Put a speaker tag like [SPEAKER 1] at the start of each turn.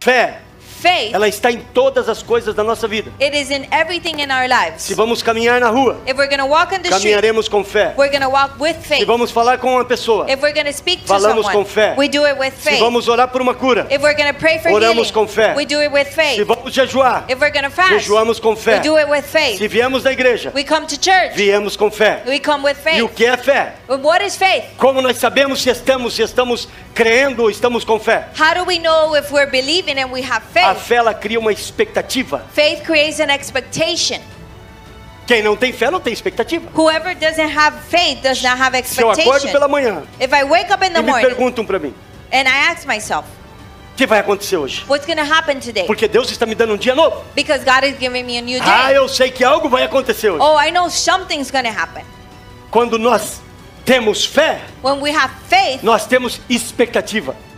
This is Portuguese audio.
[SPEAKER 1] Fé,
[SPEAKER 2] Faith,
[SPEAKER 1] ela está em todas as coisas da nossa vida.
[SPEAKER 2] it is in everything in our lives.
[SPEAKER 1] Se vamos caminhar na rua,
[SPEAKER 2] If we're going to walk on the street,
[SPEAKER 1] caminharemos com fé.
[SPEAKER 2] we're going to walk with
[SPEAKER 1] Se
[SPEAKER 2] faith.
[SPEAKER 1] vamos falar com uma pessoa,
[SPEAKER 2] If we're going to speak to
[SPEAKER 1] Falamos com
[SPEAKER 2] someone,
[SPEAKER 1] fé.
[SPEAKER 2] we do it with
[SPEAKER 1] se
[SPEAKER 2] faith.
[SPEAKER 1] vamos orar por uma cura,
[SPEAKER 2] If we're going to pray for
[SPEAKER 1] Oramos
[SPEAKER 2] healing,
[SPEAKER 1] com fé.
[SPEAKER 2] we do it with
[SPEAKER 1] se
[SPEAKER 2] faith.
[SPEAKER 1] vamos jejuar,
[SPEAKER 2] If we're going to fast,
[SPEAKER 1] jejuamos com
[SPEAKER 2] we
[SPEAKER 1] fé.
[SPEAKER 2] do it with
[SPEAKER 1] Se
[SPEAKER 2] faith.
[SPEAKER 1] viemos da igreja,
[SPEAKER 2] We come to church,
[SPEAKER 1] viemos com fé.
[SPEAKER 2] we come with
[SPEAKER 1] E o
[SPEAKER 2] faith.
[SPEAKER 1] que é fé?
[SPEAKER 2] But what is faith?
[SPEAKER 1] Como nós sabemos se estamos, se estamos crendo ou estamos com fé?
[SPEAKER 2] How do we know if we're believing and we have
[SPEAKER 1] A
[SPEAKER 2] faith?
[SPEAKER 1] fé ela cria uma expectativa.
[SPEAKER 2] Faith creates an expectation.
[SPEAKER 1] Quem não tem fé não tem expectativa.
[SPEAKER 2] Whoever doesn't have faith does not have
[SPEAKER 1] Se eu acordo
[SPEAKER 2] expectation.
[SPEAKER 1] pela manhã
[SPEAKER 2] If I wake up in
[SPEAKER 1] e
[SPEAKER 2] the
[SPEAKER 1] me
[SPEAKER 2] morning
[SPEAKER 1] perguntam para mim,
[SPEAKER 2] and I ask myself,
[SPEAKER 1] o que vai acontecer hoje?
[SPEAKER 2] what's going to happen today?
[SPEAKER 1] Porque Deus está me dando um dia novo.
[SPEAKER 2] Because God is giving me a new
[SPEAKER 1] Ah,
[SPEAKER 2] day.
[SPEAKER 1] eu sei que algo vai acontecer hoje.
[SPEAKER 2] Oh, I know something's going to happen.
[SPEAKER 1] Quando nós temos fé,
[SPEAKER 2] When we have faith,
[SPEAKER 1] nós temos expectativa.